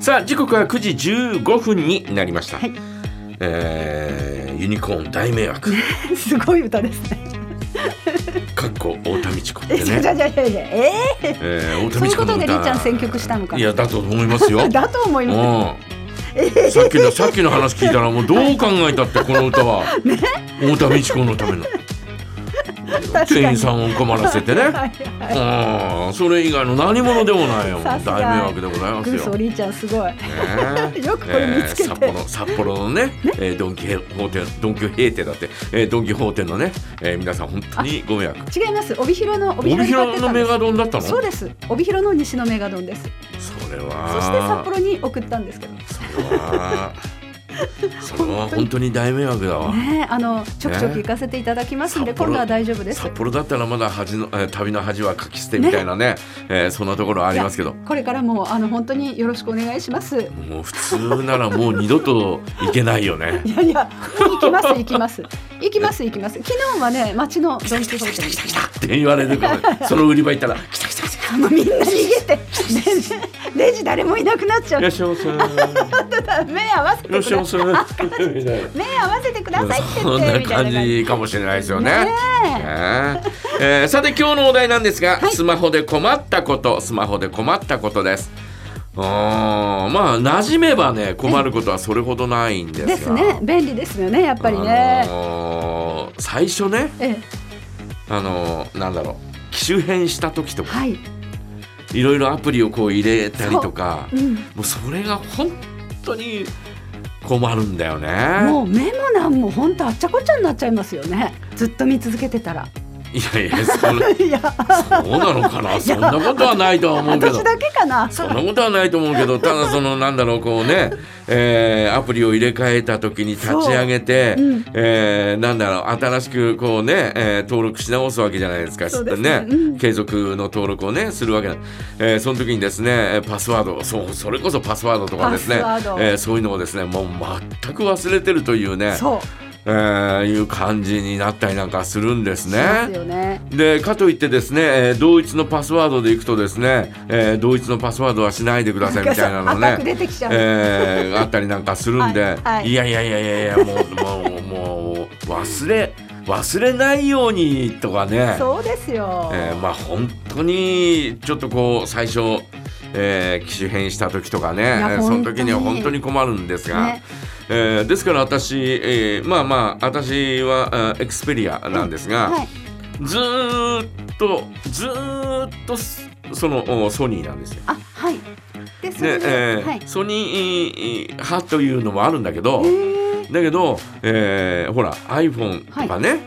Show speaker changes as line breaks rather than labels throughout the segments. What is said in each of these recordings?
さあ時刻は9時15分になりました、
はい
えーユニコーン大迷 惑
すごい歌ですね。
かっこ太田道子っ
え、
て
じ
ね、
ゃじゃじゃじゃじゃ、え
えー、
そ
太
う
田道子の歌
いうことでりっちゃん選曲したのか
いやだと思いますよ
ー、だと思いま
うん、さっ きのさっきの話聞いたらもうどう考えたってこの歌は、太田道子のための
す。
店
確か
員
に。
さんを困らせて
は
ね
い はい
うんそれ以外の何者でもないよもう
さ
大
すが
迷惑でございます
グー
よ
スおりっちゃんすごい。
ね
よくこれ見つけ
えー
て
札幌札幌のね、えードンキホーテドンキホーテだって、えードンキホーテのね、えー皆さん本当にご迷惑。
違います。帯広の帯
帯
広に買って
広
た
の
ん
メ
です。
ガドンだったの？
そうです。帯広の西のメガドンです。
それ
そして札
は。
幌に送ったんですけど。ね
それは。それは本当に大迷惑だわ。
え、あのちょくちょく行かせていただきますんで、
札幌
今度は大丈夫です
札。幌だったらまだ恥の、えー旅の恥はかき捨てみたいなね、えーそんなところありますけど。
これからもあの本当によろしくお願いします。
もう普通ならもう二度と行けないよね。
いやいや、行きます行きます。行きます行きます。昨日はね、町のドンキホーテに。
って言われるから、その売り場行ったら、来た来た来
あのみんな逃げて、レレジ誰もいなくなっち
た。
ゃ
いらっ
う。
しゃいませ。い
目合わせてく
らっしゃ
だ
い
さ
ま
い。
せ。みたいな
目合わせてくださいって
そん
言って
な
みたいな
感
感じ。
じかもしれないですよね。
ね
ねえーさて今日のお題なんですが、スマホで困ったことスマホで困ったことです。うーんまあ馴染めばね困ることはそれほどないんですが
ですね、便利ですよね、やっぱり
あ
ね。
のー最初ね
ええ、
あのーなんだろう機種変した時とか
はい、
いろいろアプリをこう入れたりとか
うん、
もうそれが本当に困るんだよ
も
ね。
うメモなんも本当あっちゃこっちゃになっちゃいますよね。ずっと見続けてたら。
いやいやそん ない
や、
そうなのかなそんなことはないとは思うけど
私。だけかな。
そんなことはないと思うけど、ただそのなんだろう、こうね、えーアプリを入れ替えた時に立ち上げて、
そううん
えーなんだろう、新しくこうね、えー登録し直すわけじゃないですか、
そう
知
で
っ
す
て
ね
ね、
うん
継続の登録をね、するわけなんえーその時にですね、えーパスワード、そう、それこそパスワードとかですね、え
パスワード
ーそういうのをですね、もう全く忘れてるというね、
そう、
えーいう感じになったりなんかするんです
しま
ね
す。よね。
でかといってですね、えー同一のパスワードでいくとですね、えー同一のパスワードはしないでくださいみたいなの
なんかそう赤く出
ね。
てきちゃう。
えーあったりなんかするんで、
はい
い
は
や
い
いやいやいやいやもうもうもうもう忘れ忘れないようにとかね、
そうですよ。
えーまあ本当にちょっとこう最初、えー機種変した時とかね
いや
えーその時には
本当
本
に
当に困るんですが、
ね
えーですから私、えーまあまあ私はエクスペリアなんですが、
はい、
ずーっとずーっとすそのおソニーなんですよ。
あ、はい。で、そ
で
れ、で、
えー
はい。
ソニー派というのもあるんだけど、
え
だけど、えーほら iPhone とかね、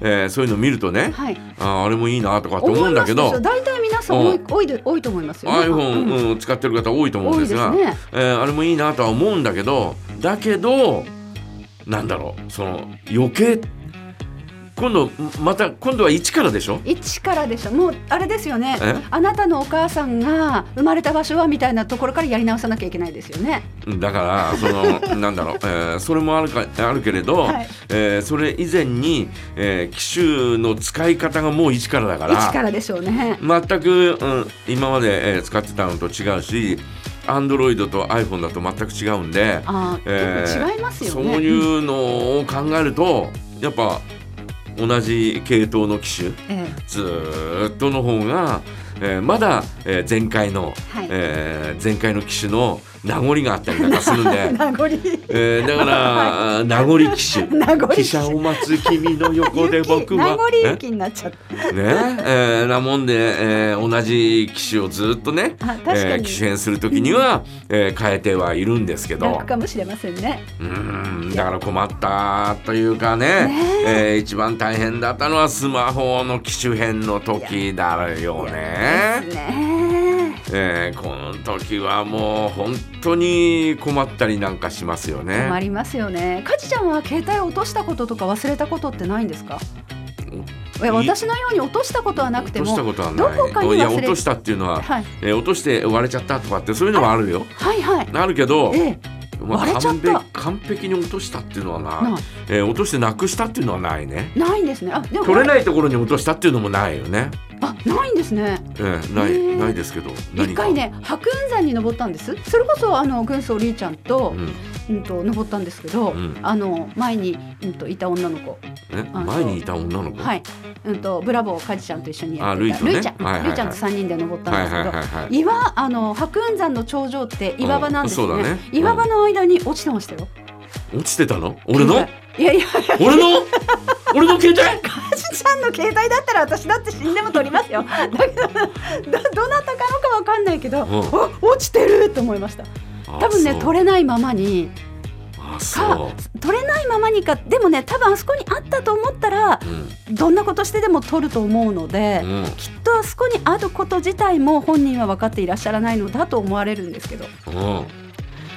えーそういうの見ると
ー
ね
はい。
あーあれもいいなとかって思うんだけ
思いますでしょ
ど
大体皆さん多い多いで多いと思いますよね。うん
iPhone うん使ってる方多いと思うんですが
多いですね
えーあれもいいなとは思うんだけどだけどなんだろうその余計今度また今度は一からでしょ
一からでしたもうあれですよね
え
あなたのお母さんが生まれた場所はみたいなところからやり直さなきゃいけないですよね
だからそ のなんだろう、えーそれもあるかあるけれど、
はい
えーそれ以前に、えー機種の使い方がもう一からだから
一からでしょうね
全く、うん、今まで、えー使ってたのと違うし Android と iPhone だと全く違うんで、
あー、
え
結
ー
構違いますよ
そう
ねん
いうのを考えるとやっぱ同じ系統の機種
ええ
ずーっとの方が、えーまだ、えー前回の、
はい
えー前回の機種の名残があったりなんか するんで。
名残
えーだから、名残騎手。
名残騎
汽
手
車を待つ君の横で僕は。
名残
え
雪になっちゃった
ねえーなもんで、えー同じ機種をずっとね、
あ確かに
えー機種変するときには、えー変えてはいるんですけど
楽、かもしれませんね
うーんだから困ったというかね
ね
えー一番大変だったのはスマホの機種変の時だよね。
ですね
えーこの時はもう本当に困ったりなんかしますよね。
困りますよねかじちゃんは携帯を落としたこととか忘れたことってないんですかいや私のように落としたことはなくても
落としたことはない
どこかに忘れ
いや落としたっていうのは、
はい
えー落として割れちゃったとかってそういうのはあるよ
はいはい
あるけど、
ええ
まあ
割れちゃっ
完
た
璧完璧に落としたっていうのはな
ない
えー落としてなくしたっていうのはないね
ないんですねあでも
取れないところに落としたっていうのもないよね
あ、ないんですね。
ええ、ない、
へえ
ないですけど
一
か
回ね、白雲山に登ったんです。それこそあの軍曹りーちゃんと
う、ん、
うんと登ったんですけど、
うん
あの前にうんといた女の子、
え
あの
前にいた女の子
はい、うんとブラボーカジちゃんと一緒にやっ
あル
て
イ
た
とね
イちゃん、
はいはいはい
ルイちゃんと三人で登ったん
は
で
い
すけ
は
ど、
いはいはい
岩あの白雲山の頂上って岩場なんです
うん
ね
そうだねうん
岩場の間に落ちてましたよ
落ちてたの俺の
携帯いやいや
俺の俺の携帯
カジちゃんの携帯だったら私だって死んでも取りますよだけどどどなたかのかわかんないけど、
ん
あ落ちてると思いました 多分ね取
れ
れないままに
あそ
か取れないままにかでもね多分あそこにあったと思ったら
ううん
どんなことしてでも取ると思うので、
うん
きっとあそこにあること自体も本人は分かっていらっしゃらないのだと思われるんですけど
うん
あ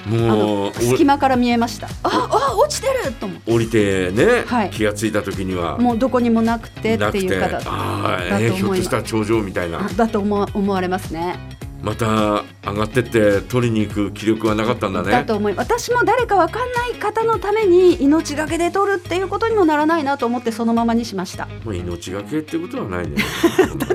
もう
の隙間から見えましたああ落ちてると思って
お降りてね、
はい
気がついた時には
もうどこにもなくて
い
っ
なく
ていう方だ
ああ、
だ
えー
と
ひょっ
思
と
いま
し
す
たら頂上みたいな
だと思思われますね
また上がってって取りに行く気力はなかったんだね
だと思い私も誰か分かんない方のために命がけで取るっていうことにもならないなと思ってそのままにしました
もう命がけってことはないね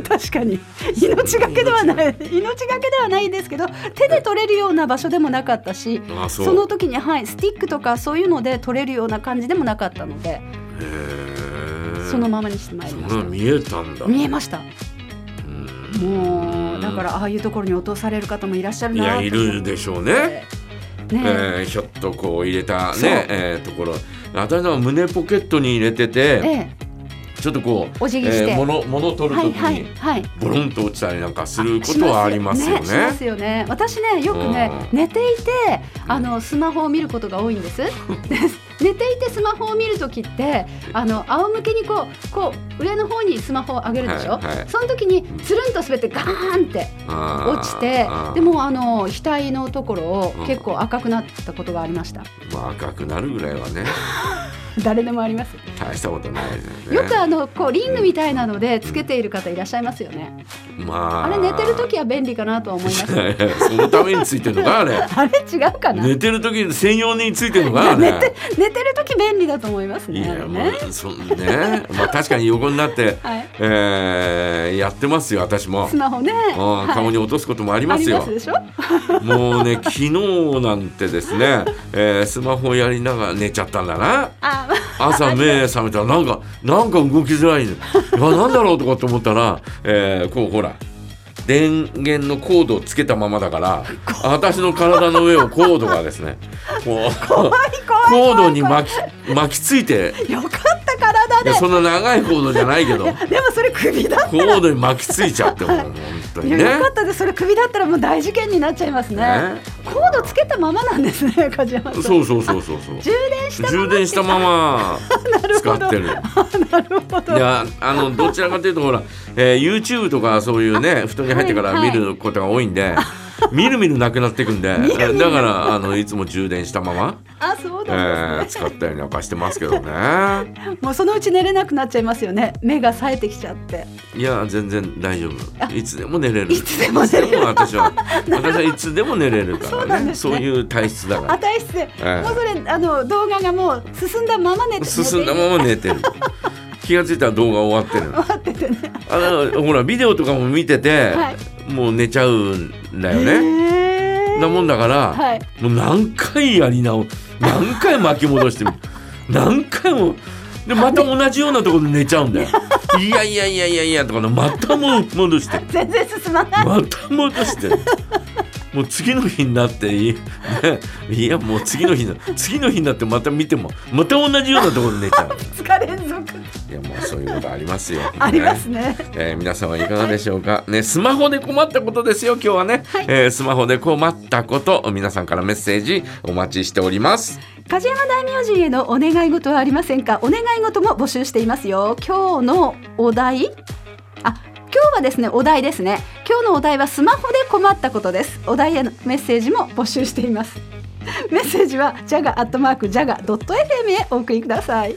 確かに命がけではない命がけではないですけど手で取れるような場所でもなかったし
ああそ
そうの時に、はい、スティックとかそういうので取れるような感じでもなかったので、
へえ
そのままにしてまい
そ
り
んな
まし
の
た。
見えたんだ
見えました
うん
もうだからああいうところに落とされる方もいらっしゃる
い
な
や
と
いるでしょうね、
ね
えーひょっとこう入れた
そう
ね、えーところ私のは胸ポケットに入れてて、
ええ
ちょっとこう
お辞儀して
えー物物取る
は
と
い
き
はい
に
はい
ボロンと落ちたりなんかすることはありますよね。
しますよね。私ねよくね
うん
寝ていてあのスマホを見ることが多いん です。で寝ていてスマホを見るときってあの仰向けにこうこう上の方にスマホを上げるでしょ。
はいはい
その時につるんと滑ってガーンって
あー
落ちて
あー
でもあの額のところを
うん
結構赤くなったことがありました。
まあ赤くなるぐらいはね
誰でもあります。
大したことないですよね。
よくあのこうリングみたいなのでつけている方いらっしゃいますよね。
まあ
あれ寝てる時は便利かなとは思います。
いやいやそのためについてるのかあれ。
あれ違う かな。
寝てる時専用についてるのかあれ。
寝てる時便利だと思います
い
ね。あ
や
れ
も
ね
うそんね まあ確かに横になって、
はい。
えーやってますよ私も
ス。マホね。
うん顔に落とすこともありますよ
あります。でしょ。
もうね昨日なんてですね、えースマホやりながら寝ちゃったんだな
あ、
朝目覚めたらなんかなんか動きづらいのいやなんだろうとかと思ったら、えーこうほら電源のコードをつけたままだから私の体の上をコードがですねこうコードに巻き巻きついて
よかった体
い
で
や。そんな長いコードじゃないけ ど
でもそれ首だ。
コードに巻きついちゃってもう本当
い
に
や
ね。
よかったです。それ首だったらもう大事件になっちゃいますね
ね。
コードつけたままなんですね、梶山さん。
そうそうそうそうそう
充電したまま。
充電したまま
る
使
ほど
ってる。
なるほ
い
ど。
やあのどちらかというとほら、えー YouTube とかそういうね布団に入ってから
は
見
いはい
ることが多いんで、 見る見るなくなっていくんで
る
だからあのいつも充電したまま、
あ、そう
え
なん
ー
ですね。
使ったりなんかしてますけどね
もうそのうち寝れなくなっちゃいますよね。目が冴えてきちゃって。
いや全然大丈夫いつでも寝れる
いつでも寝れる
いつでも私 は私はいつでも寝れるから
そうなん
ね
です
そう
ね
いう体質だ
あ
か
たいして、
ええ
もうそれあの動画がもう進んだまま寝て
ら進んだまま寝てる気がついたら動画終わってる
ま待っててね。
あのほらビデオとかも見てて、
は
もう寝ちゃうんだよね。
へー
なもんだから、
はい。
もう何回やり直何回巻き戻してみる何回もでまた同じようなところで寝ちゃうんだよ。いやいやいやいやいやとかねまたもう戻して
全然進まない。
また戻してもう次の日になっていい,、ね、いやもう次の日の次の日になってまた見てもまた同じようなところで寝ちゃう。
二日連続。
いやもうそういうことありますよ。
ありますね。
えー皆さんはいかがでしょうか、ね、スマホで困ったことですよ今日はね、
はい
えースマホで困ったこと皆さんからメッセージお待ちしております
梶山大名人へのお願い事はありませんか。お願い事も募集していますよ。今日のお題。あ、今日はですね、お題ですね。今日のお題はスマホで困ったことです。お題へのメッセージも募集しています。メッセージは jaga アットマーク jaga ドット fm へお送りください。